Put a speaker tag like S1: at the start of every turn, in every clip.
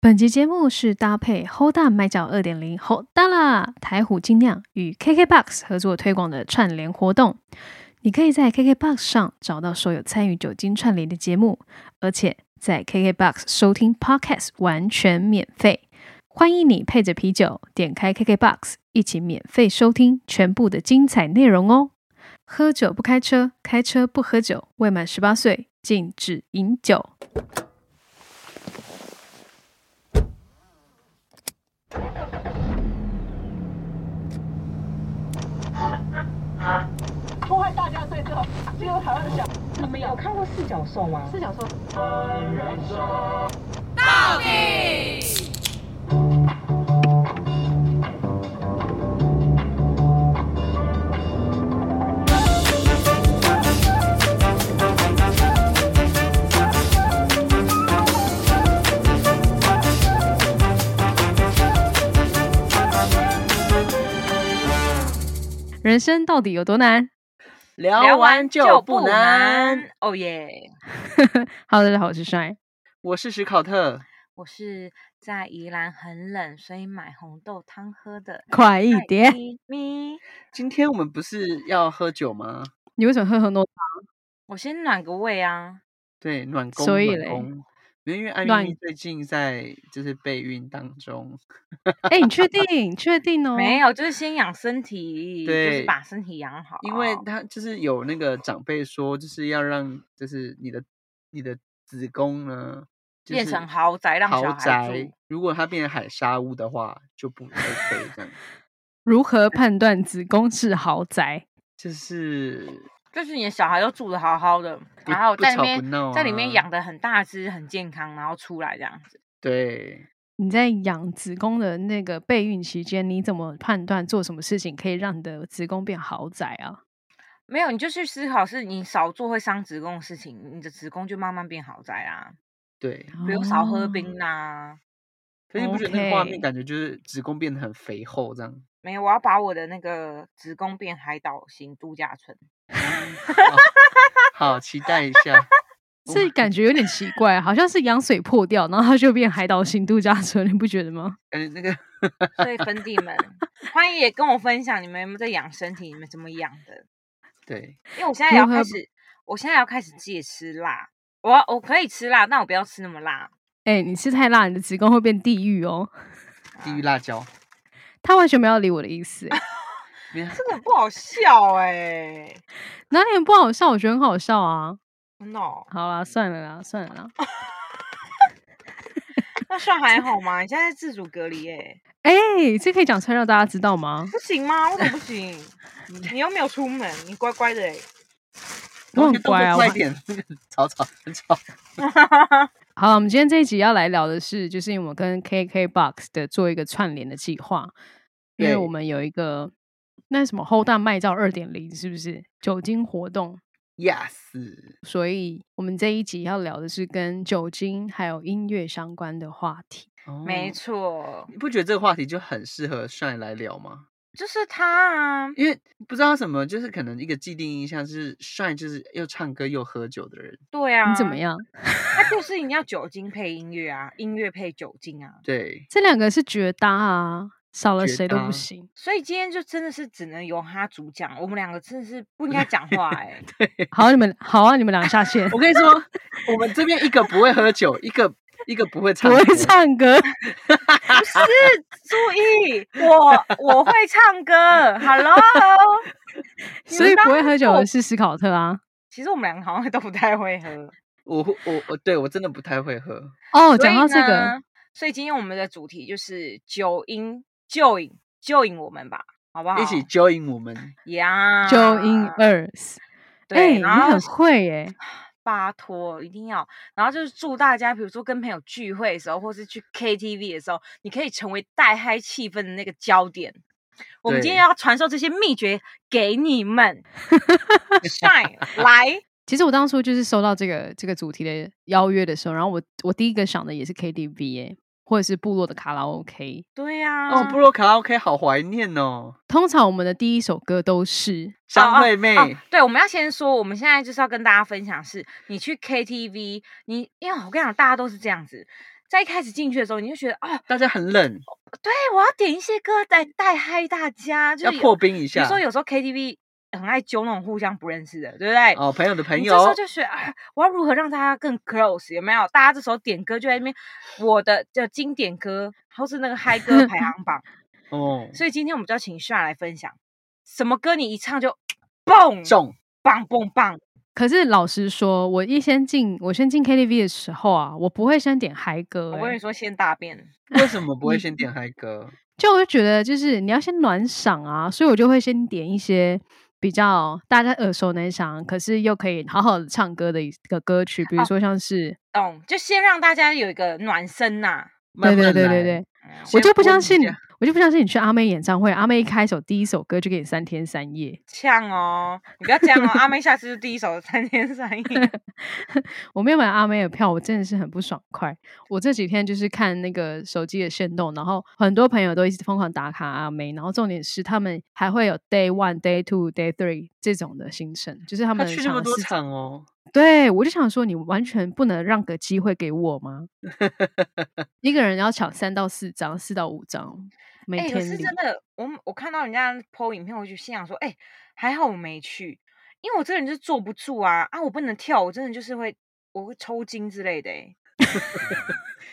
S1: 本集节目是搭配 Hold 大麦角二点零 Hold 大啦台虎精酿与 KKBox 合作推广的串联活动。你可以在 KKBox 上找到所有参与酒精串联的节目，而且在 KKBox 收听 Podcast 完全免费。欢迎你配着啤酒点开 KKBox，一起免费收听全部的精彩内容哦。喝酒不开车，开车不喝酒。未满十八岁，禁止饮酒。
S2: 破坏大家对这个进入台湾的想。你们有看过四角兽吗？四角兽。
S1: 人生到底有多难？
S2: 聊完就不难。，
S3: 哦耶！
S1: Hello，大家好，我是帅。
S2: 我是史考特，
S3: 我是在宜兰很冷，所以买红豆汤喝的。
S1: 快一
S3: 爱
S1: 点！
S3: 咪咪，
S2: 今天我们不是要喝酒吗？
S1: 你为什么喝很 多？
S3: 我先暖个胃啊。
S2: 对，暖宫，
S1: 所以
S2: 暖
S1: 嘞
S2: 宫。没有因为艾
S1: 暖
S2: 米最近在就是备孕当中，
S1: 哎、你确定？你确定哦？
S3: 没有，就是先养身体，就是
S2: 对
S3: 把身体养好。啊哦
S2: 因为她就是有那个长辈说，就是要让就是你的你的子宫呢、就是
S3: 变成豪宅让小
S2: 豪
S3: 孩
S2: 宅
S3: 住。
S2: 如果它变成海沙屋的话，就不 OK 这样。
S1: 如何判断子宫是豪宅？
S2: 就是
S3: 就是你的小孩都住的好好的，
S2: 不
S3: 然后
S2: 不
S3: 在里
S2: 吵不
S3: 面、
S2: 闹、啊
S3: 在里面养，的很大只、很健康，然后出来这样子。
S2: 对，
S1: 你在养子宫的那个备孕期间，你怎么判断做什么事情可以让你的子宫变豪宅啊？
S3: 没有，你就去思考，是你少做会伤子宫的事情，你的子宫就慢慢变豪宅啊。
S2: 对，
S3: 比如少喝
S1: 哦
S3: 冰啊啦、
S2: 可是你不觉得那个画面
S1: OK
S2: 感觉就是子宫变得很肥厚这样？
S3: 没有，我要把我的那个子宫变海岛型度假村。
S2: 哦好，期待一下。
S1: 这哦感觉有点奇怪，啊好像是羊水破掉，然后它就变海岛型度假村，你不觉得吗？
S2: 感觉那个
S3: 所以粉底们，欢迎也跟我分享你们有没有在养身体，你们怎么养的？
S2: 对，
S3: 因为我现在也要
S1: 如何
S3: 开始，我现在要开始戒吃辣。我要我可以吃辣，但我不要吃那么辣。
S1: 哎、你吃太辣，你的子宫会变地狱哦。
S2: 地狱辣椒，
S1: 他完全没有理我的意思、哎
S2: 没有
S3: 这个不好笑哎、
S1: 哪里很不好笑？我觉得很好笑啊。
S3: no，
S1: 好啦，算了啦，算了啦。
S3: 那算还好吗？你现在自主隔离哎、
S1: 哎、这可以讲出来让大家知道吗？
S3: 不行吗？为什么不行？ 你又没有出门，你乖乖的哎、
S1: 我
S2: 同
S1: 很
S2: 学动作
S1: 乖啊，我
S2: 快
S1: 很
S2: 点，那个吵吵吵，
S1: 好，我们今天这一集要来聊的是，就是我们跟 KKBOX 的做一个串联的计划，因为
S2: 对
S1: 我们有一个那什么 Hold 大麦照二点零，是不是酒精活动？
S2: ，yes，
S1: 所以我们这一集要聊的是跟酒精还有音乐相关的话题。
S3: 没
S2: 哦。
S3: 错，
S2: 你不觉得这个话题就很适合帅来聊吗？
S3: 就是他啊。
S2: 因为不知道什么，就是可能一个既定印象是帅就是又唱歌又喝酒的人，
S3: 对啊，
S1: 你怎么？样？
S3: 它就是你要酒精配音乐啊，音乐配酒精啊，
S2: 对，
S1: 这两个是绝搭啊，少了
S2: 绝
S1: 谁都
S2: 搭。
S1: 不行。
S3: 所以今天就真的是只能由他主讲，我们两个真的是不应该讲话 哎、
S1: 好，你们好啊，你们俩下线
S2: 我跟你说，我们这边一个不会喝酒，一个一个不会
S1: 不
S2: 唱歌，
S1: 会唱 歌，
S3: 不是，注意，我我会 唱歌，Hello，你
S1: 所以
S3: 们
S1: 不
S3: 当
S1: 会喝酒
S3: 做
S1: 的是斯考特啊。
S3: 其实我们两个好像都不太会喝。
S2: 我会我我对我真的不太会喝，
S1: 哦，
S3: 所
S1: 讲
S3: 以
S1: 到这个，
S3: 呢，所以今天我们的主题就是酒因酒瘾酒瘾我们吧，好不好？
S1: 啊
S2: 一起 join 我们，
S3: 呀，
S1: 九音二四，哎，
S3: 啊对，
S1: 你
S3: 然后
S1: 很会哎，
S3: 拜托，一定要。然后就是祝大家，比如说跟朋友聚会的时候，或是去 KTV 的时候，你可以成为带嗨气氛的那个焦点。我们今天
S2: 对
S3: 要传授这些秘诀给你 们，shine 来，
S1: 其实我当初就是收到这个这个主题的邀约的时候，然后我我第一个想的也是 KTV 哎、或者是部落的卡拉 OK。
S3: 对呀、
S1: 啊
S2: 哦，部落卡拉 OK 好怀念哦，
S1: 通常我们的第一首歌都是
S2: 张惠
S1: 啊
S2: 妹，
S3: 哦，对，我们要先说，我们现在就是要跟大家分享是，你去 KTV，你因为我跟你讲，大家都是这样子，在一开始进去的时候，你就觉得啊，
S2: 大家很冷，
S3: 对我要点一些歌来带嗨大家，就
S2: 要
S3: 是有
S2: 破冰一
S3: 比如
S2: 下。
S3: 说有时候 KTV 很爱揪那种互相不认识的，对不
S1: 哎
S3: 对？
S2: 哦，朋友的朋
S3: 你这时
S2: 友
S3: 候，就学啊，我要如何让大家更 close？有没有？大家这时候点歌就在那边，我的的经典歌，或是那个 嗨歌排行榜。
S2: 哦，
S3: 所以今天我们就要请 s h a 来分享，什么歌你一唱就蹦
S2: 中
S3: 棒蹦棒，
S1: 可是老实说，我一先进我先进 KTV 的时候啊，我不会先点嗨歌、
S2: 哦
S3: 我
S1: 欸，
S3: 跟你说先大便。
S2: 为什么不会先点嗨歌？
S1: 就我就觉得就是你要先暖嗓啊，所以我就会先点一些比较大家耳熟能详，可是又可以好好地唱歌的一个歌曲，比如
S2: 啊
S1: 说像是、
S3: 懂，就先让大家有一个暖身呐、
S1: 对
S2: 慢
S1: 对
S2: 慢
S1: 对对
S2: 来
S1: 对，，
S3: 嗯
S1: 我就不
S2: 先
S1: 相
S2: 温一
S1: 信
S2: 下，
S1: 我就不相信你去阿妹演唱会，阿妹一开首第一首歌就给你三天三夜，
S3: 呛哦，你不要这样哦，阿妹下次就第一首三天三夜。
S1: 我没有买阿妹的票，我真的是很不爽快。我这几天就是看那个手机的限动，然后很多朋友都一直疯狂打卡阿妹，然后重点是他们还会有 day one、day two、day three 这种的行程，就是他
S2: 他
S1: 们
S2: 去那
S1: 想
S2: 么
S1: 要
S2: 多
S1: 是
S2: 场哦，
S1: 对，我就想说，你完全不能让个机会给我吗？一个人要抢三到四张，四到五张，没
S3: 哎、可
S1: 天
S3: 是
S1: 理。
S3: 真的，我我看到人家 PO 影片，我就心想说，哎、还好我没去，因为我这个人就是坐不住啊，啊，我不能跳，我真的就是会，我会抽筋之类的、欸，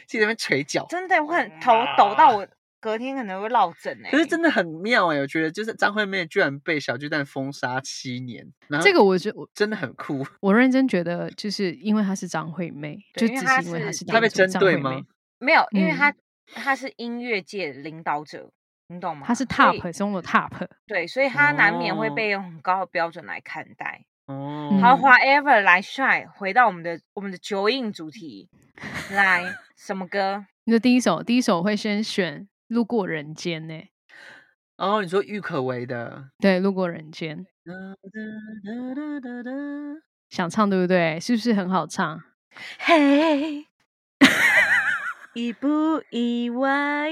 S2: 去那边捶脚。
S3: 真的，我
S1: 哦
S3: 很头抖到我隔天可能会落枕哎、
S2: 可是真的很妙哎、我觉得就是张惠妹居然被小巨蛋封杀七年，然后
S1: 这个我就我
S2: 真的很 酷。
S1: 我认真觉得，就是因为她是张惠妹，就
S3: 对
S1: 只
S3: 因
S1: 是
S3: 为她
S1: 因为她是
S3: 是
S1: 张
S2: 她被针
S1: 张
S2: 对
S1: 惠
S2: 吗
S1: 妹？
S3: 没有，因为他、
S1: 嗯
S3: 他是音乐界领导者，你懂吗？
S1: 她是
S3: 所以
S1: top 中的 top，
S3: 对，所以他难免会
S2: 哦
S3: 被用很高的标准来看待。
S2: 哦，
S3: 好
S1: 嗯
S3: ，whatever 来帅，回到我们的我们的酒印主题，来什么歌？
S1: 你的第一首，第一首会先选《路过人间》呢？
S2: 哦，你说郁可唯 的，
S1: 对，《路过人间》想唱对不对？是不是很好唱？
S3: 嘿，意不意外？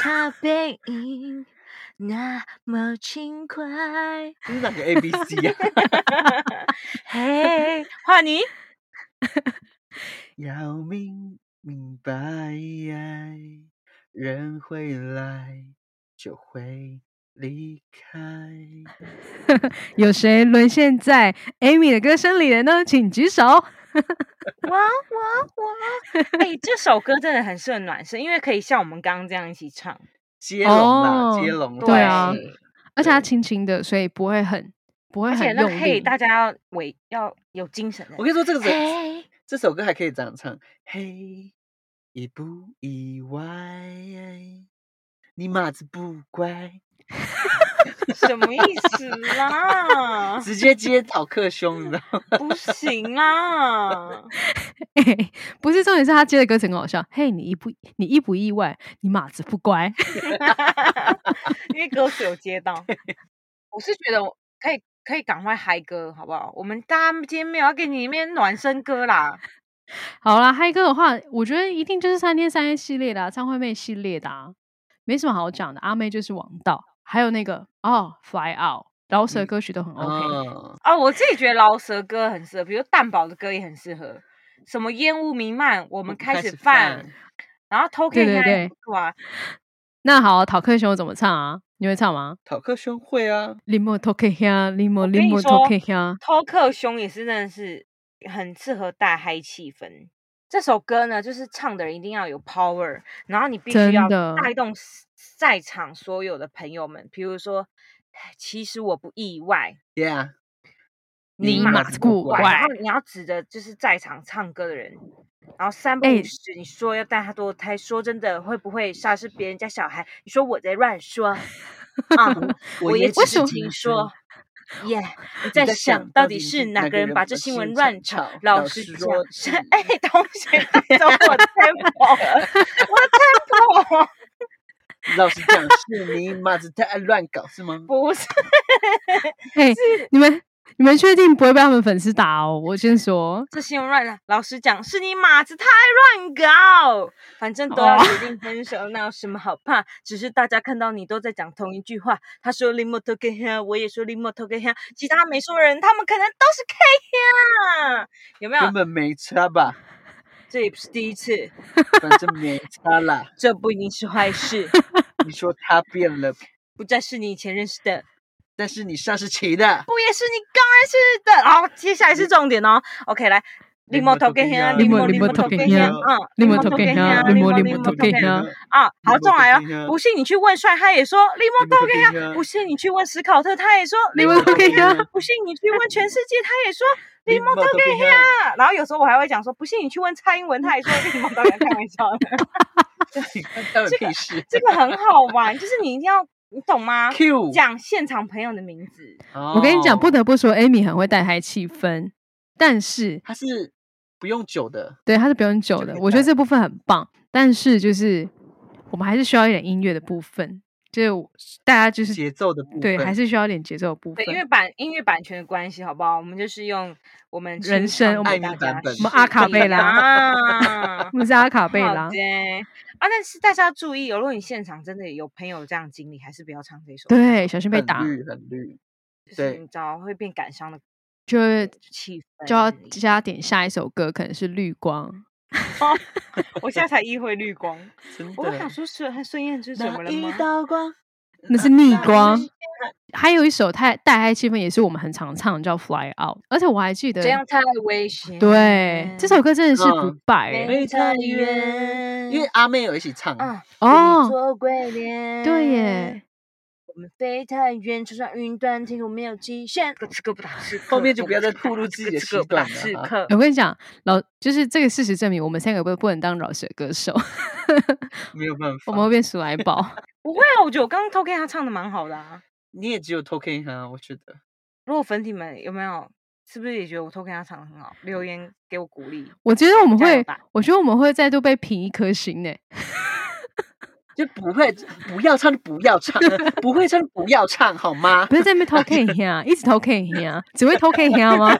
S3: 他背影那么轻快。
S2: 这是哪个 A B C 啊呀、
S3: 嘿，换你。
S2: 要明明白，人会来就会离 开。
S1: 有谁沦陷在 Amy 的歌声里的呢？请举手。
S3: 哇哇哇！哎、这首歌真的很适合暖身，因为可以像我们刚刚这样一起唱。
S2: 接龙啦，
S1: 哦
S2: 接龙啦，
S1: 对啊而且它
S2: 对
S1: 轻轻的，所以不会很不会
S3: 而且
S1: 很
S3: 那个
S1: 用
S3: 嘿，
S1: 力。
S3: 大家要为要有精神的。
S2: 我跟你说，这个人
S3: 嘿，
S2: 这首歌还可以这样唱：嘿，意不意外？你马子不 乖，
S3: 什么意思啦？
S2: 直接接讨克兄，你知道 吗？
S3: 不行啦！
S1: 嘿 不是重点是他接的歌词很好笑。嘿，你意不你意不意外？你马子不乖。
S3: 因为歌词有接到，我是觉得我可以可以赶快嗨歌，好不好？我们大家今天没有要给你面暖身歌啦。
S1: 好啦，嗨歌的话，我觉得一定就是三天三夜系列的、啊，张惠妹系列的、啊，没什么好讲的。阿妹就是王道，还有那个哦，Fly Out，饶舌
S2: 嗯
S1: 歌曲都很 OK。
S2: 哦，
S3: 哦，我自己觉得饶舌歌很适合，比如蛋堡的歌也很适合，什么烟雾弥漫，我们开始放，然后偷
S1: 对
S3: 看一
S1: 对
S3: 下也
S1: 对
S3: 不错啊，
S1: 那好，讨克兄怎么唱啊？你会唱吗？
S2: 讨克兄会啊，
S1: 林莫托克香，林莫
S3: 我跟
S1: 林
S3: 你
S1: 莫托
S3: 说
S1: 克香。
S3: 偷克兄也是真的是很适合大嗨气氛。这首歌呢，就是唱的人一定要有 power，然后你必须要
S1: 真的
S3: 带动 s- 在场所有的朋友们，比如说，其实我不意外，
S2: ，Yeah，
S1: 你
S2: 马
S1: 马
S2: 子
S1: 不
S2: 不
S1: 乖
S3: 然后你要指着就是在场唱歌的人，然后三不
S1: 哎
S3: 五时你说要带他堕胎，说真的会不会杀是别人家小孩？你说我在乱说， 啊，我也
S2: 也
S3: 只
S1: 为
S2: 只
S1: 什
S3: 是
S1: 么
S2: 是
S3: 听
S2: 听
S3: 说
S2: 说。。
S3: 耶、你在
S2: 在
S3: 想
S2: 想
S3: 到
S2: 到
S3: 底
S2: 底
S3: 是
S2: 是
S3: 哪
S2: 哪
S3: 个
S2: 个
S3: 人
S2: 人
S3: 把
S2: 把
S3: 这
S2: 事
S3: 新
S2: 情
S3: 闻
S2: 炒
S3: 乱
S2: 炒
S3: 炒？老
S2: 老
S3: 实
S2: 实
S3: 讲
S2: 说，
S3: 是
S2: 是
S3: 哎， 同学带走我 tempo，我的 tempo
S2: 老实讲，是你马子太爱乱搞是吗？
S3: 不是
S1: 嘿，你们你们确定不会被他们粉丝打哦？我先说，
S3: 这新闻乱了。老实讲，是你马子太乱搞，反正都要
S1: 哦
S3: 决定分手，那有什么好怕？只是大家看到你都在讲同一句话，他说林莫头给香，我也说林莫头给香，其他没说的人，他们可能都是 K 呀，有没有
S2: 根？本没差吧？
S3: 这也不是第一次，
S2: 反正没差啦。
S3: 这不一定是坏事，
S2: 你说他变了，
S3: 不再是你以前认识的，
S2: 但是你上是齐的，
S3: 不也是你刚认识的？好、接下来是重点哦。OK，来，
S2: 你
S3: 你莫头跟香，你莫
S1: 你
S3: 你
S1: 莫
S3: 莫
S1: 头
S3: 头
S1: 跟
S3: 跟
S1: 香
S3: 香，嗯，
S1: 你莫
S3: 莫
S1: 头
S3: 头
S1: 跟
S3: 跟
S1: 香
S3: 香，
S1: 你
S3: 你
S1: 莫
S3: 莫
S1: 你
S3: 你
S1: 莫
S3: 莫
S1: 头
S3: 头
S1: 跟
S3: 跟
S1: 香
S3: 香啊，好，重来哦。
S2: 哦
S3: 不信你去问帅，他也说利莫多给
S2: 利莫多给
S3: 呀；
S2: 呀
S3: 不信你去问史考特，他也说
S1: 利莫多给呀；
S3: 不信你去问全世界，他 也说
S2: 利
S3: 利
S2: 莫
S3: 莫
S2: 多
S3: 多
S2: 给
S3: 给
S2: 呀
S3: 呀。然后有时候我还会讲说，不信你去问蔡英文，他也说利莫多给呀。开玩笑的，
S2: 你看他有屁事。
S3: 这个很好玩，就是你一定要，你懂吗？
S2: Q，
S3: 讲现场朋友的名字，
S1: 我
S2: 我
S1: 跟你讲，不，得不说，Amy 很会带嗨气氛，但是
S2: 他是不用酒的，
S1: 对她是不用久
S2: 就
S1: 的
S2: 可，以
S1: 我觉得
S2: 带
S1: 这部分很棒。但是就是我们还是需要一点音乐的部分，就是我大家就是
S2: 节奏的部分
S1: 对，还是需要一点节奏的部分
S3: 对，。因为版音乐版权的关系，好不好？我们就是用我们
S1: 人声我们
S3: 大
S2: 艾米版
S3: 家
S2: 本
S3: 试
S1: 我们阿卡贝拉
S3: 啊
S1: 我们是阿卡 贝拉
S3: 好的，啊，但是大家要注意哦，如果你现场真的有朋友这样经历，还是不要唱这首歌，
S1: 对，小心被
S2: 很
S1: 打，
S2: 绿很绿。
S3: 就是
S2: 对
S3: 你知道会变感伤的
S1: 就会
S3: 气氛。
S1: 就要加点下一首歌，可能是绿 光。
S3: 我现在才意会绿光，
S2: 真
S3: 我想
S2: 的。
S3: 说孙孙燕姿怎么
S2: 那
S3: 了
S2: 一
S3: 吗？嗯
S2: 道光，
S1: 那是逆
S2: 那
S1: 光
S2: 一，
S1: 还有一首太带嗨气氛，也是我们很常唱，叫《Fly Out》，而且我还记得，
S3: 这样太危险。
S1: 对，这首歌真的是不
S2: 嗯
S1: 败、欸
S2: 没
S3: 没
S2: 太
S3: 太
S2: 远
S3: 远，
S2: 因为阿妹有一起唱，
S3: 啊，
S1: 哦，
S3: 做鬼脸，
S1: 对耶，
S3: 我们飞太远，就算云端天空没有极限。这个不打是
S2: 后面就不要再吐露自己的习惯了啊
S3: 是
S2: 哈
S3: 客
S1: 我跟你讲，老就是这个事实证明，我们三个不不能当饶舌歌手，
S2: 没有办
S1: 我们
S2: 法。
S1: 会变鼠来宝。
S3: 不会啊，我觉得我刚刚偷看他唱的蛮好的啊。
S2: 你也只有 token 哈，我觉得
S3: 如果粉底们有没有，是不是也觉得我偷看他唱的很好？
S2: 嗯
S3: 留言给我鼓励。
S1: 我觉得我们
S3: 加油
S1: 会
S3: 吧，
S1: 我觉得我们会再度被评一颗星呢。
S2: 就不会，不要唱就不要唱， 不会唱就不要唱，好吗
S1: 不？是在那边偷 K 呀，一直偷 K 呀，只会偷 K 呀 吗？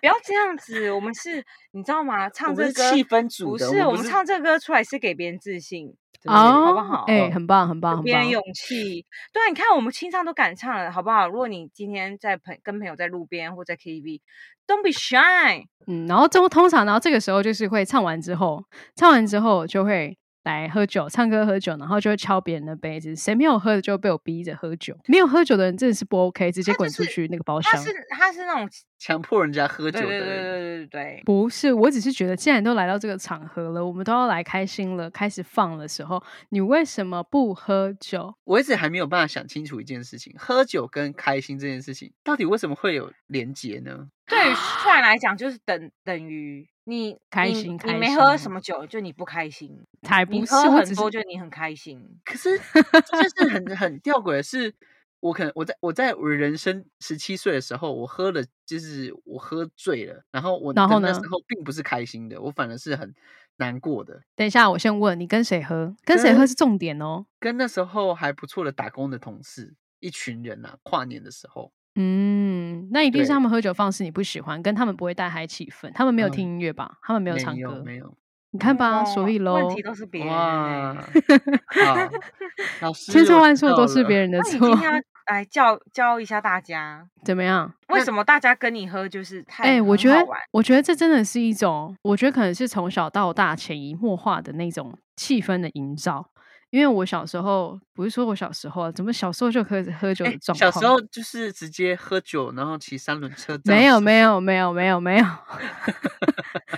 S3: 不要这样子，我们是，你知道吗？
S2: 我
S3: 唱
S2: 们
S3: 这
S2: 是
S3: 歌
S2: 气氛组
S3: 不
S2: 的，
S3: 是，我
S2: 不
S3: 们
S2: 是
S3: 唱这歌出来是给别人自信，
S2: 对
S1: 哦，
S3: 好不好
S1: 哎，很棒，很棒，很
S3: 别人
S1: 棒。
S3: 勇气。对啊，你看我们清唱都敢唱了，好不好？如果你今天在朋跟朋友在路边或在 KTV，Don't be shy，
S1: 嗯，然后通通常，然后这个时候就是会唱完之后，唱完之后就会。来喝酒，唱歌喝酒，然后就会敲别人的杯子。谁没有喝的就被我逼着喝酒，没有喝酒的人真的是不 OK，直接
S3: 他就
S1: 滚出
S3: 是
S1: 去那个包
S3: 他
S1: 厢。
S3: 是他是那种
S2: 强迫人家喝酒
S3: 对
S2: 的
S3: 对对
S2: 人，
S3: 对对对
S1: 不是，我只是觉得，既然都来到这个场合了，我们都要来开心了，开始放的时候，你为什么不喝酒？
S2: 我一直还没有办法想清楚一件事情：喝酒跟开心这件事情，到底为什么会有连结呢？
S3: 对于帅来讲就是等等于你
S1: 开
S3: 你
S1: 心开
S3: 你没
S1: 心
S3: 喝什么酒就你不开心，
S1: 才
S3: 你
S1: 不是，
S3: 喝
S1: 我
S3: 很
S1: 只是
S3: 多就你很开心。
S2: 可是这就是很 很吊诡的是，我可能我在我在我人生十七岁的时候，我喝了，就是我喝醉了，然后我
S1: 然
S2: 的
S1: 后
S2: 那
S1: 呢
S2: 时候并不是开心的，我反而是很难过的，
S1: 等一下，我先问你跟谁喝？跟谁
S2: 跟
S1: 喝是重点哦。
S2: 跟那时候还不错的打工的同事一群人啊，跨年的时候，
S1: 嗯，那一定是
S2: 对
S1: 他们喝酒方式你不喜欢，跟他们不会带嗨气氛，他们没有
S2: 嗯
S1: 听音乐吧？他们没有
S2: 没
S1: 唱
S2: 有
S1: 歌，
S2: 没有
S1: 你看吧，所
S3: 哦
S1: 以喽
S3: 问，题都是别人
S2: 哇，
S3: 的。
S2: 好，老师
S1: 千错
S2: 我
S1: 万
S2: 知
S1: 错
S2: 道
S1: 都是
S2: 了
S1: 别人的
S3: 那你今
S1: 错，
S3: 天要来教教一下大家，
S1: 怎么样？
S3: 为什么大家跟你喝就是太
S1: 哎、我
S3: 很
S1: 觉
S3: 好
S1: 得
S3: 玩，
S1: 我觉得这真的是一种，我觉得可能是从小到大潜移默化的那种气氛的营造。因为我小时候，不是说我小时候啊，怎么小时候就喝喝酒
S2: 哎
S1: 的状
S2: 小
S1: 况？
S2: 时候就是直接喝酒，然后骑三轮车。
S1: 没有，没有，没有，没有，没有，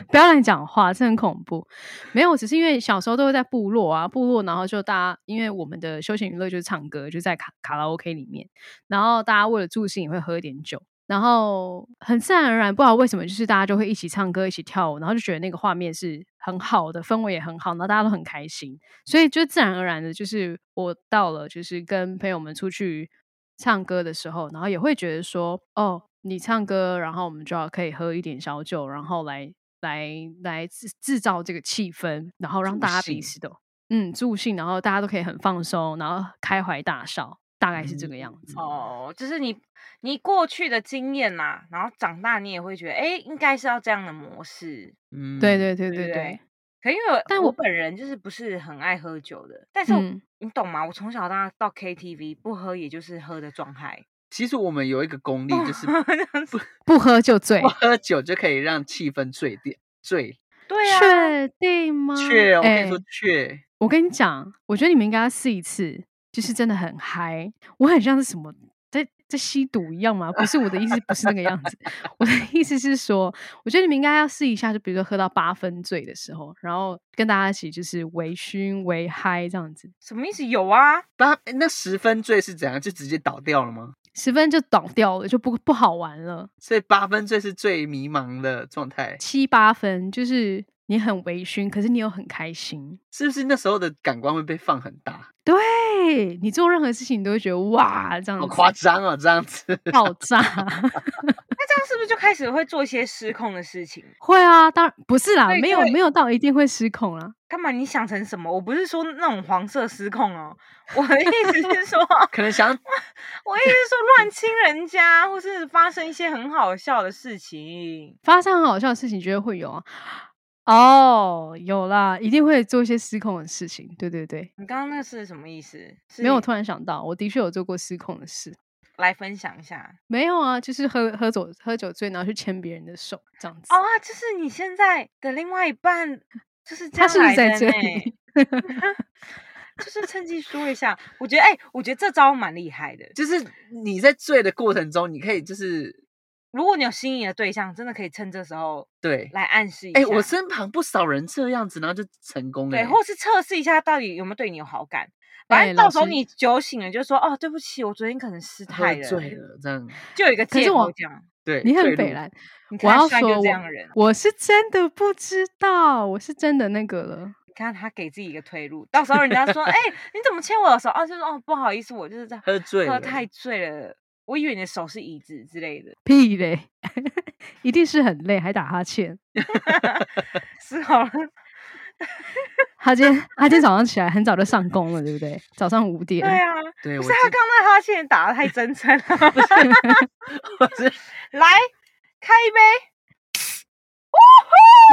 S1: 不要乱讲话，这很恐怖。没有，只是因为小时候都会在部落啊，部落，然后就大家因为我们的休闲娱乐就是唱歌，就在卡卡拉 OK 里面，然后大家为了助兴也会喝一点酒，然后很自然而然，不知道为什么，就是大家就会一起唱歌，一起跳舞，然后就觉得那个画面是很好的，氛围也很好，然后大家都很开心，所以就自然而然的，就是我到了，就是跟朋友们出去唱歌的时候，然后也会觉得说，哦，你唱歌，然后我们就要可以喝一点小酒，然后来来来制制造这个气氛，然后让
S2: 助
S1: 大家彼
S2: 兴
S1: 此都嗯助兴，然后大家都可以很放松，然后开怀大笑，大概是
S2: 嗯
S1: 这个样子。
S3: 哦，就是你你过去的经验啦，然后长大你也会觉得，哎，应该是要这样的模式。
S2: 嗯，
S1: 对对对
S3: 对
S1: 对
S3: 不
S1: 对
S3: 对，可因为我
S1: 但
S3: 我
S1: 我
S3: 本人就是不是很爱喝酒的，但是我、
S1: 嗯，
S3: 你懂吗？我从小到大到 KTV 不喝，也就是喝的状 态，
S2: 其实我们有一个功力，就是
S3: 这样子
S1: 不喝就醉
S2: 不。喝酒就可以让气氛醉掉，醉，
S3: 对啊，
S1: 确定吗？
S2: 确，我跟你
S1: 哎
S2: 说确，
S1: 我跟你讲，我觉得你们应该要试一次，就是真的很嗨。我很像是什么在在吸毒一样吗？不是我的意思，不是那个样子。我的意思是说，我觉得你们应该要试一下，就比如说喝到八分醉的时候，然后跟大家一起就是微醺、微嗨这样子，
S3: 什么意思？有啊，
S2: 八哎那十分醉是怎样？就直接倒掉了吗？
S1: 十分就倒掉了，就不不好玩了。
S2: 所以八分醉是最迷茫的状态，
S1: 七八分就是你很微醺，可是你又很开心。
S2: 是不是那时候的感官会被放很大？
S1: 对你做任何事情，你都会觉得哇，这样
S2: 好
S1: 子
S2: 夸张哦，这样子。
S1: 爆炸。
S3: 那这样是不是就开始会做一些失控的事情？
S1: 会啊，当然不是啦，
S3: 对
S1: 没有
S3: 对
S1: 没有到一定会失控啦。
S3: 干嘛？你想成什么？我不是说那种黄色失控哦，我的意思是说，
S2: 可能想
S3: 我意思是说 乱亲人家，或是发生一些很好笑的事情。
S1: 发生很好笑的事情，绝对会有啊。哦，有啦，一定会做一些失控的事情。对对对，
S3: 你刚刚那是什么意思？是
S1: 没有，我突然想到，我的确有做过失控的事。
S3: 来分享一下
S1: 没有啊，就是喝喝酒喝酒醉，然后去牵别人的手这样子。
S3: 哦啊，就是你现在的另外一半就是这
S1: 他
S3: 样
S1: 是不是
S3: 来
S1: 在
S3: 的
S1: 这
S3: 呢，
S1: 里？
S3: 就是趁机说一下。我觉得，哎、我觉得这招蛮厉害的。
S2: 就是你在醉的过程中，你可以就是
S3: 如果你有心仪的对象，真的可以趁这时候
S2: 对，
S3: 来暗示一下。
S2: 哎、我身旁不少人这样子，然后就成功了、
S3: 对，或是测试一下到底有没有对你有好感。
S1: 哎
S3: 反正到
S1: 老
S3: 时候
S1: 师
S3: 你酒醒了，就说哦，对不起，我昨天可能失态
S2: 喝
S3: 了，
S2: 醉了这样。
S3: 就有一个
S1: 可是
S3: 借口
S1: 我
S3: 这样。
S2: 对，
S1: 你很
S2: 坠
S1: 北
S2: 入
S1: 蓝，
S3: 你
S1: 我
S3: 看
S1: 要
S3: 帅就
S1: 说
S3: 这
S1: 我
S3: 样的人，
S1: 我是真的不知道，我是真的那个了。
S3: 你看他给自己一个退路，到时候人家说，哎、你怎么牵我的手？哦，就是哦，不好意思，我就是在
S2: 喝 醉
S1: 哦
S3: 喝
S2: 了，
S3: 太醉了，我以为你的手是椅子之类的，
S1: 屁嘞， 一定是很累，还打哈欠。
S3: 是好了，
S1: 他今天他今天早上起来很早就上工了，对不对？早上五
S3: 对
S1: 点，
S3: 啊，
S2: 对，
S3: 不
S2: 我
S3: 是他
S2: 知
S3: 刚那哈欠打的太真诚了，
S2: 我知
S3: 来开一杯，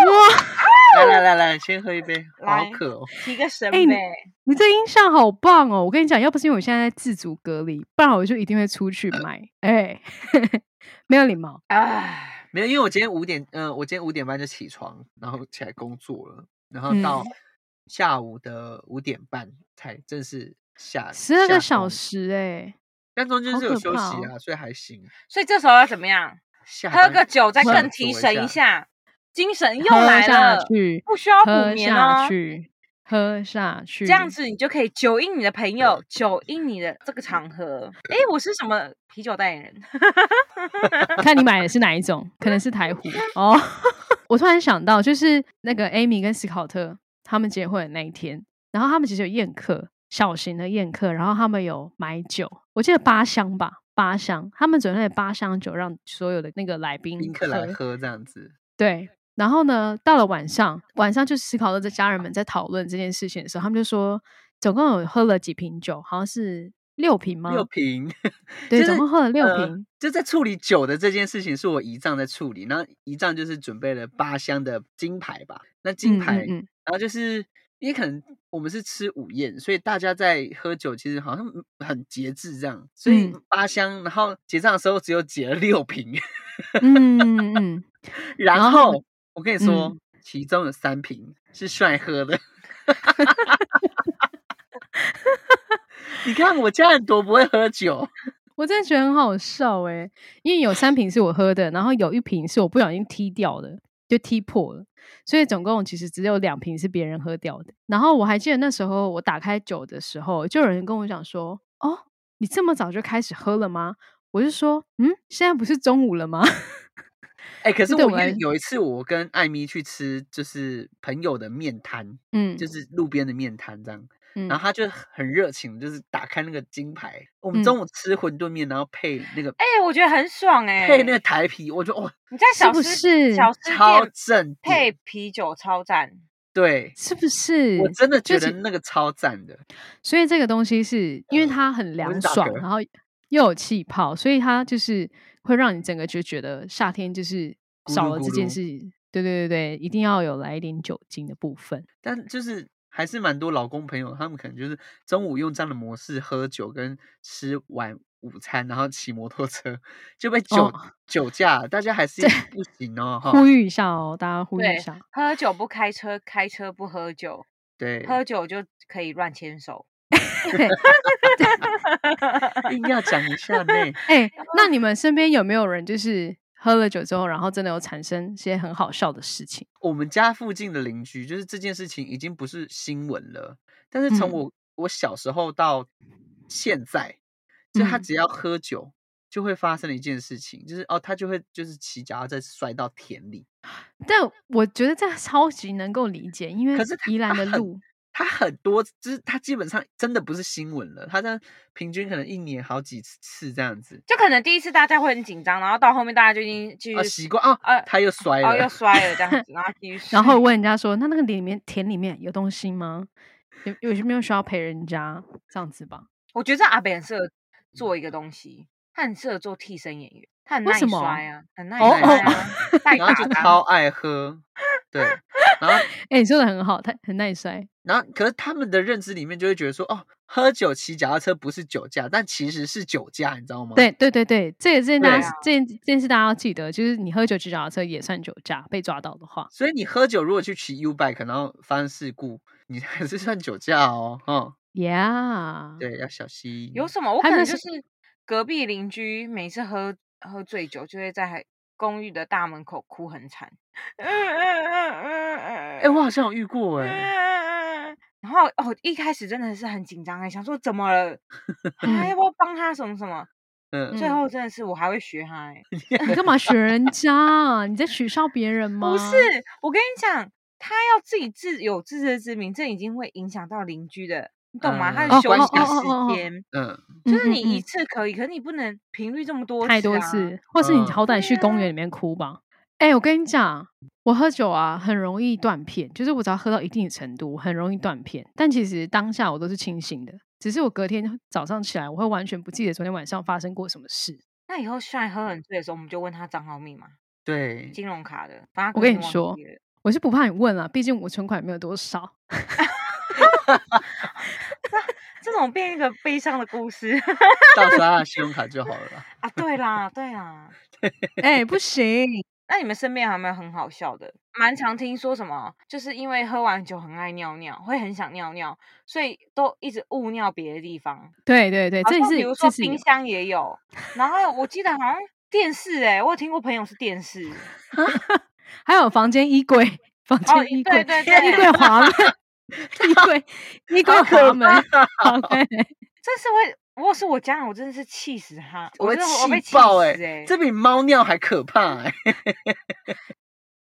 S1: 哇，
S2: 来来来来，先喝一杯，好
S3: 来
S2: 渴哦。
S3: 提个神
S1: 哎你
S3: 呗，
S1: 你这音效好棒哦！我跟你讲，要不是因为我现在在自主隔离，不然我就一定会出去买。哎、 没有礼貌，
S3: 哎、
S2: 没有，因为我今天五点，嗯、我今天五点半就起床，然后起来工作了，然后到
S1: 嗯
S2: 下午的五点半才正式
S3: 呃
S2: 下
S1: 十二个
S2: 下
S1: 小
S2: 工，
S1: 时哎、
S2: 但中间
S1: 好
S2: 是有
S1: 可
S2: 休息
S1: 怕哦
S2: 啊，所以还行。
S3: 所以这时候要怎么样？
S2: 下
S3: 喝
S2: 班
S3: 个酒再
S2: 上
S3: 更
S2: 锁
S3: 提
S2: 一
S3: 神一
S2: 下
S3: 下，精神又
S1: 喝
S3: 来
S1: 下
S3: 了，
S1: 去，
S3: 不需要补
S1: 喝
S3: 眠哦
S1: 下。去，喝下去，
S3: 这样子你就可以酒应你的朋友，酒应你的这个场合。诶，我是什么啤酒代言人？
S1: 看你买的是哪一种，可能是台虎哦。 我突然想到，就是那个 Amy 跟斯考特他们结婚的那一天，然后他们其实有宴客，小型的宴客，然后他们有买酒，我记得八箱吧，八箱，他们准备了八箱酒让所有的那个来宾
S2: 宾客来喝这样子，
S1: 对，然后呢，到了晚上，晚上就是思考到这家人们在讨论这件事情的时候，他们就说，总共有喝了几瓶酒，好像是六瓶吗？
S2: 六 瓶，
S1: 啊对，
S2: 就是
S1: 总共喝了六
S2: 呃
S1: 瓶。
S2: 就在处理酒的这件事情，是我姨丈在处理。那姨丈就是准备了八箱的金牌吧，那
S1: 嗯
S2: 金牌，
S1: 嗯嗯
S2: 然后就是因为可能我们是吃午宴，所以大家在喝酒，其实好像嗯很节制这样，所以
S1: 嗯
S2: 八箱，然后结账的时候只有结了六瓶，
S1: 嗯嗯嗯嗯，
S2: 然
S1: 然后
S2: 后我跟你说，
S1: 嗯
S2: 其中有三瓶是帅喝 的。 你看我家人多不会喝酒，
S1: 我真的觉得很好笑哎、因为有三瓶是我喝的，然后有一瓶是我不小心踢掉的，就踢破了，所以总共其实只有两瓶是别人喝掉的。然后我还记得那时候我打开酒的时候，就有人跟我讲说：“哦，你这么早就开始喝了吗？”我就说：“嗯，现在不是中午了吗？”
S2: 哎、可
S1: 这
S2: 是
S1: 对
S2: 我
S1: 我
S2: 因
S1: 来
S2: 为有一次我跟艾米去吃，就是朋友的面摊，
S1: 嗯，
S2: 就是路边的面摊这样，
S1: 嗯
S2: 然后他就很热情，就是打开那个金牌，我们
S1: 嗯
S2: 中午吃馄饨面，然后配那个、
S3: 哎、我觉得 很爽哎、
S2: 配那个台啤，我觉得哇
S3: 你在小
S1: 是不
S3: 吃
S1: 是
S3: 小吃
S2: 超
S3: 店
S2: 正点，
S3: 配啤酒超赞，
S2: 对。
S1: 是不是？
S2: 我真的觉
S1: 就
S2: 得
S1: 其
S2: 那个超赞的，
S1: 所以这个东西是因为它很
S2: 嗯我
S1: 凉
S2: 是打
S1: 爽
S2: 嗝，
S1: 然后又有气泡，所以它就是会让你整个就觉得夏天就是
S2: 咕噜
S1: 少了
S2: 咕
S1: 这件
S2: 噜
S1: 事。对对对对，一定要有来一点酒精的部分。
S2: 但就是还是蛮多老公朋友，他们可能就是中午用这样的模式喝酒跟吃晚午餐，然后骑摩托车 就被酒、
S1: 哦
S2: 酒驾，大家还是不行哦哈。
S1: 呼吁一下哦， 大家呼吁一
S3: 对
S1: 下。
S3: 喝酒不开车，开车不喝酒，
S2: 对，
S3: 喝酒就可以乱牵手。
S1: 对，
S2: 硬要讲一 下呢。
S1: 哎、那你们身边有没有人就是喝了酒之后，然后真的有产生一些很好笑的事情？
S2: 我们家附近的邻居，就是这件事情已经不是新闻了，但是从
S1: 嗯
S2: 我、我小时候到现在，就他
S1: 嗯
S2: 只要喝酒。就会发生的一件事情，就是哦，他就会就是骑脚踏车摔到田里，
S1: 但我觉得这超级能够理解，因为
S2: 可是他
S1: 宜兰的
S2: 他很
S1: 路，
S2: 他很多，就是他基本上真的不是新闻了，他在平均可能一年好几次这样子，
S3: 就可能第一次大家会很紧张，然后到后面大家就已经继
S2: 啊，
S3: 续
S2: 习惯啊，
S3: 呃
S2: 他又摔
S3: 哦
S2: 了，
S3: 又摔了这样子，然后继续
S1: 然 后问人家说：“那那个里面田里面有东西吗？有有没有需要赔人家这样子吧？
S3: 我觉得这阿北很适合做一个东西，他很适合做替身演员，他很
S1: 为
S3: 耐
S1: 什么
S3: 摔啊，很耐
S1: 哦
S3: 摔啊，代
S2: 然
S3: 打
S2: 后就
S3: 的
S2: 超
S3: 啊。
S2: 爱喝，对，然后
S1: 哎、你说的很好，他很耐摔。
S2: 然后可是他们的认知里面就会觉得说，哦，喝酒骑脚踏车不是酒驾，但其实是酒驾，你知道吗？
S1: 对对对对，啊这个这件大
S2: 对
S1: 家、这件这件事大家要记得，就是你喝酒骑脚踏车也算酒驾，被抓到的话，
S2: 所以你喝酒如果去骑 U bike，然后发生事故，你 还是算酒驾哦，嗯，
S1: yeah，
S2: 对，要小心。
S3: 嗯有什么？我
S1: 还
S3: 可
S1: 有
S3: 能
S1: 那
S3: 就是是隔壁邻居每次喝喝醉酒，就会在公寓的大门口哭很惨。
S2: 哎、
S3: 哎
S2: 我好像有遇过哎、
S3: 然后哦，一开始真的是很紧张哎，想说怎么了，啊，要不要帮他什么什么？
S2: 嗯，
S3: 最
S1: 嗯
S3: 后真的是我还会学他哎、
S1: 你干嘛学人家啊？你在取笑别人吗？
S3: 不是，我跟你讲，他要自己自有自知之明，这已经会影响到邻居的，你懂吗？他
S2: 嗯
S3: 的休
S1: 哦
S3: 息
S1: 哦哦哦哦
S3: 时间，
S2: 嗯，
S1: 嗯，
S3: 就是你
S1: 嗯
S3: 一次可以，可是你不能频率这么多、
S1: 嗯
S3: 次
S1: 太多
S3: 啊。
S1: 次，或是你
S2: 嗯
S1: 好歹去
S3: 对啊
S1: 公园里面哭吧。哎、我
S3: 嗯
S1: 跟你讲，我喝酒啊，很容易断片，就是我只要喝到一定的程度，很容易断片。但其实当下我都是清醒的，只是我隔天早上起来，我会完全不记得昨天晚上发生过什么事。
S3: 那以后帅喝很醉的时候，我们就问他账号密码，
S2: 对，
S3: 金融卡的，反正他
S1: 我
S3: 可能
S1: 跟
S3: 已
S1: 你
S3: 经忘
S1: 说
S3: 记了
S1: 我是不怕你问啊，毕竟我存款没有多少。
S3: 这种变一个悲伤的故事
S2: 盗刷信用卡就好了啦。
S3: 啊。对啦，对啦。
S1: 哎、不行，
S3: 那你们身边还有没有很好笑的？蛮常听说什么，就是因为喝完酒很爱尿尿，会很想尿尿，所以都一直误尿别的地方。
S1: 对对对，
S3: 好
S1: 这
S3: 像
S1: 是
S3: 比如
S1: 这
S3: 说
S1: 是
S3: 冰箱也有，然后我记得好像电视哎、我有听过朋友是电 视，
S1: 还有房间衣柜，房
S3: 哦
S1: 间衣柜，
S3: 对对
S1: 衣
S3: 对
S1: 柜滑门， 衣柜衣柜滑门，好嘞，
S3: 这是会，如果是我家人，我真的是气死他，
S2: 我
S3: 我
S2: 会
S3: 真的我被
S2: 气
S3: 气
S2: 爆
S3: 死
S2: 哎、
S3: 哎、
S2: 这比猫尿还可怕哎、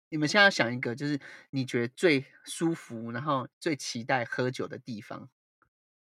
S2: 你们现在要想一个，就是你觉得最舒服，然后最期待喝酒的地方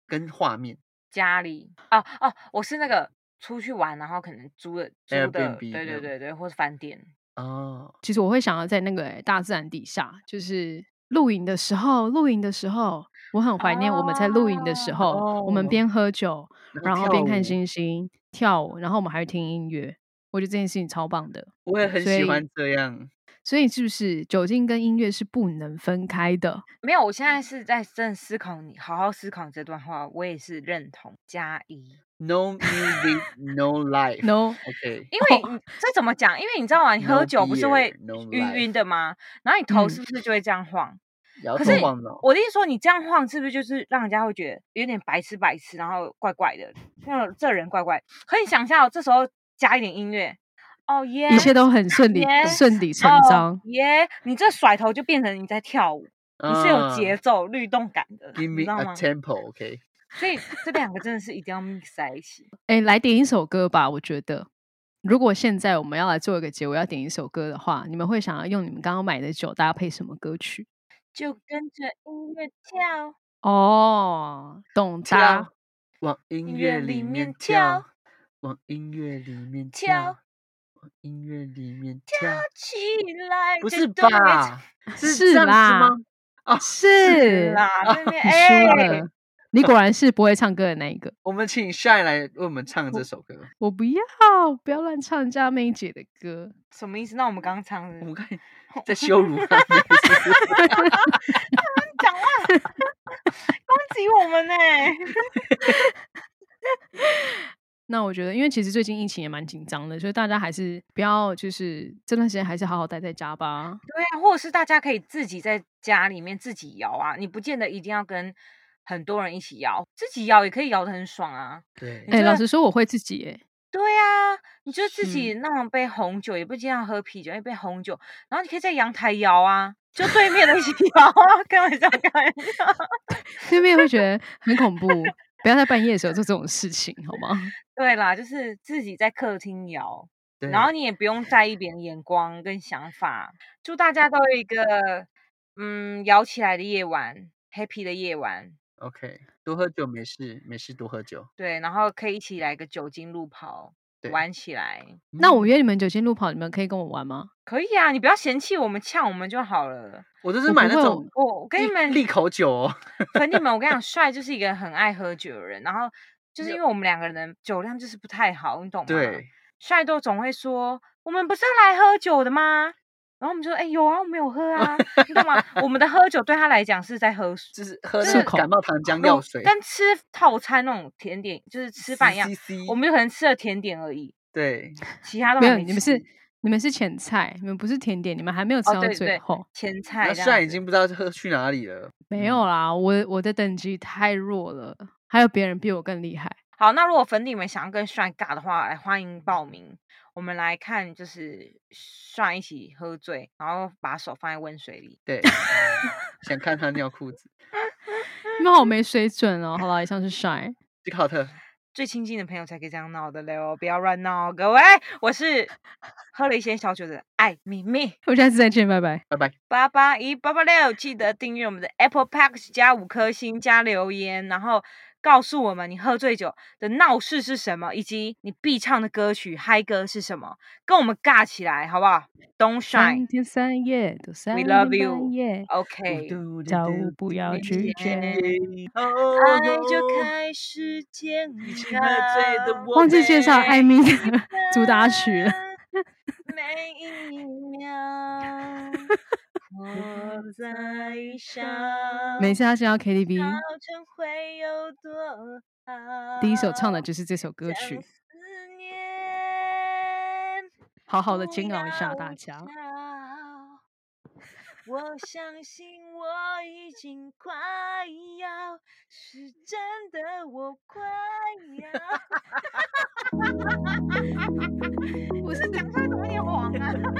S2: 跟画面。
S3: 家里哦哦，我是那个出去玩，然后可能租的租的
S2: Airbnb
S3: 对
S2: 那
S3: 对
S2: 样
S3: 对对，或是饭店，
S2: 哦，
S1: 其实我会想要在那个、欸大自然底下，就是露营的时候，露营的时候，我很怀念我们在露营的时候，我们
S2: 哦
S1: 边喝酒，然后边看
S2: 星，
S1: 星星、跳舞，然后我们还会听音乐，我觉得这件事情超棒的。
S2: 我也很
S1: 所
S2: 喜
S1: 以
S2: 欢这样。
S1: 所以是不是酒精跟音乐是不能分开的？
S3: 没有，我现在是在正思考你，好好思考你这段话，我也是认同加一，
S2: No music, no life.
S1: No
S2: OK，
S3: 因为你、这怎么讲？因为你知道吗？你喝
S2: 哦 No
S3: 酒不是会
S2: beer, no
S3: 晕
S2: life
S3: 晕的吗？然后你头
S1: 嗯
S3: 是不是就会这样晃？
S2: 摇
S3: 可
S2: 头
S3: 是
S2: 晃脑。
S3: 我的意思说，你这样晃是不是就是让人家会觉得有点白痴白痴，然后怪怪的，那这人怪怪。可你想一下、哦，这时候加一点音乐，哦耶，
S1: 一切都很顺理
S3: Yes
S1: 顺理成章
S3: 哦。耶，你这甩头就变成你在跳舞，你是有
S2: 啊
S3: 节奏律动感的，
S2: Give
S3: 你
S2: me
S3: 知道
S2: a
S3: 吗？
S2: tempo, OK。
S3: 所以这两个真的是一定要 mix 在一起。
S1: 哎、来点一首歌吧。我觉得，如果现在我们要来做一个结尾，要点一首歌的话，你们会想要用你们刚刚买的酒搭配什么歌曲？
S3: 就跟着音乐跳，
S1: 哦，懂
S2: 跳
S3: 啊
S1: 搭，
S2: 往音
S3: 音
S2: 乐
S3: 乐
S2: 里
S3: 里
S2: 面
S3: 面
S2: 跳
S3: 跳，
S2: 往音乐里面
S3: 跳
S2: 跳，往音乐里面跳。
S3: 起来，
S2: 不
S3: 这
S2: 是
S3: 段位
S2: 吧？是
S1: 是
S2: 这样子
S1: 啦
S2: 吗？啊，
S1: 是
S3: 置啦，那边
S1: 你
S3: 哎，
S1: 输了。你果然是不会唱歌的那一个。
S2: 我们请 Shy 来为我们唱这首歌。
S1: 我不要，不要乱唱人家妹姐的歌。
S3: 什么意思？那我们刚刚唱的
S2: 我们看 在羞辱他们是不是
S3: 讲话 攻击我们呢、
S1: 那那我觉得，因为其实最近疫情也蛮紧张的，所以大家还是不要就是这段时间还是好好待在家吧。
S3: 对啊，或者是大家可以自己在家里面自己摇啊，你不见得一定要跟很多人一起摇，自己摇也可以摇得很爽啊。
S2: 对，
S1: 哎、
S3: 这
S1: 老
S3: 个
S1: 实说，我会自己耶。
S3: 对啊，你就自
S2: 是
S3: 己弄一杯红酒，也不一定要喝啤酒，一杯红酒，然后你可以在阳台摇啊，就对面 的一起摇啊，开玩笑，开玩笑。
S1: 对面会觉得很恐怖，不要在半夜的时候做这种事情，好吗？
S3: 对啦，就是自己在客厅摇，
S2: 对
S3: 然后你也不用在意别人眼光跟想法。祝大家都有一个嗯摇起来的夜晚，happy 的夜晚。
S2: OK，多喝酒没事，没事多喝酒。
S3: 对，然后可以一起来个酒精路跑
S2: 对
S3: 玩起来，
S1: 那我
S2: 嗯
S1: 约你们酒精路跑，你们可以跟我玩吗？
S3: 可以啊！你不要嫌弃我们呛我们就好了。
S2: 我都
S1: 我
S2: 是买
S1: 不
S2: 那
S1: 会
S2: 种
S3: 我我跟你
S2: 利
S3: 们
S2: 利口酒哦。
S3: 可你们，我跟你讲，帅就是一个很爱喝酒的人，然后就是因为我们两个人酒量就是不太好，你懂吗？，
S2: 对，
S3: 帅都总会说我们不是要来喝酒的吗？然后我们就说，哎、有啊，我们有喝啊，你懂吗？我们的喝酒对他来讲是在喝水
S2: 就是喝
S3: 就
S2: 那
S3: 是
S2: 种感冒糖浆药水，
S3: 跟吃套餐那种甜点，就是吃饭一样，
S2: 10cc
S3: 我们就可能吃了甜点而已，
S2: 对
S3: 其他都
S1: 没
S3: 还
S1: 有，
S3: 没
S1: 你们
S3: 吃
S1: 是你们是前菜，你们不是甜点，你们还没有吃
S3: 哦
S1: 到
S3: 对
S1: 最
S3: 对
S1: 后。
S3: 前菜
S2: 那
S3: 这样
S2: 虽然已
S3: 子
S2: 经不知道喝去哪里了，
S1: 没有啦，我我的等级太弱了，还有别人比我更厉害。
S3: 好，那如果粉底们想要跟帅尬的话，来欢迎报名。我们来看，就是帅一起喝醉，然后把手放在温水里。
S2: 对，想看他尿裤子。
S1: 你们 好没水准哦！好啦，以上是 Shine，
S2: 斯考特，
S3: 最亲近的朋友才可以这样闹的喽，不要乱闹哦，各位。我 是喝了一些小酒的艾米米，
S1: 我们下次再见，拜拜。
S2: 拜拜。
S3: 八八一八八六，记得订阅我们的 Apple Park 加五颗星加留言，然后告诉我们你喝醉酒的闹事是什么，以及你必唱的歌曲嗨歌是什么，跟我们尬起来好不好？Don't shy。
S1: 三天三夜都三
S3: love
S1: 天
S3: you
S1: 半夜，
S3: OK，
S1: 叫不要拒绝。
S2: 爱
S3: 爱就开始 健康。
S2: 喝醉的我
S1: 忘记介绍艾米的主打曲了。
S3: 每一秒活在想，
S1: 每次他进到
S3: 早
S1: KTV，
S3: 晨会有多好。
S1: 第一首唱的就是这首歌
S3: 将
S1: 曲，
S3: 思念
S1: 好好
S3: 好
S1: 的
S3: 的
S1: 煎
S3: 煎
S1: 熬
S3: 熬
S1: 一
S3: 一
S1: 下
S3: 下
S1: 大
S3: 大
S1: 家哦
S3: 家。。我相信我已经快要是真的，我快要。
S1: 我是
S3: 讲出来怎么有点黄啊？
S1: 啊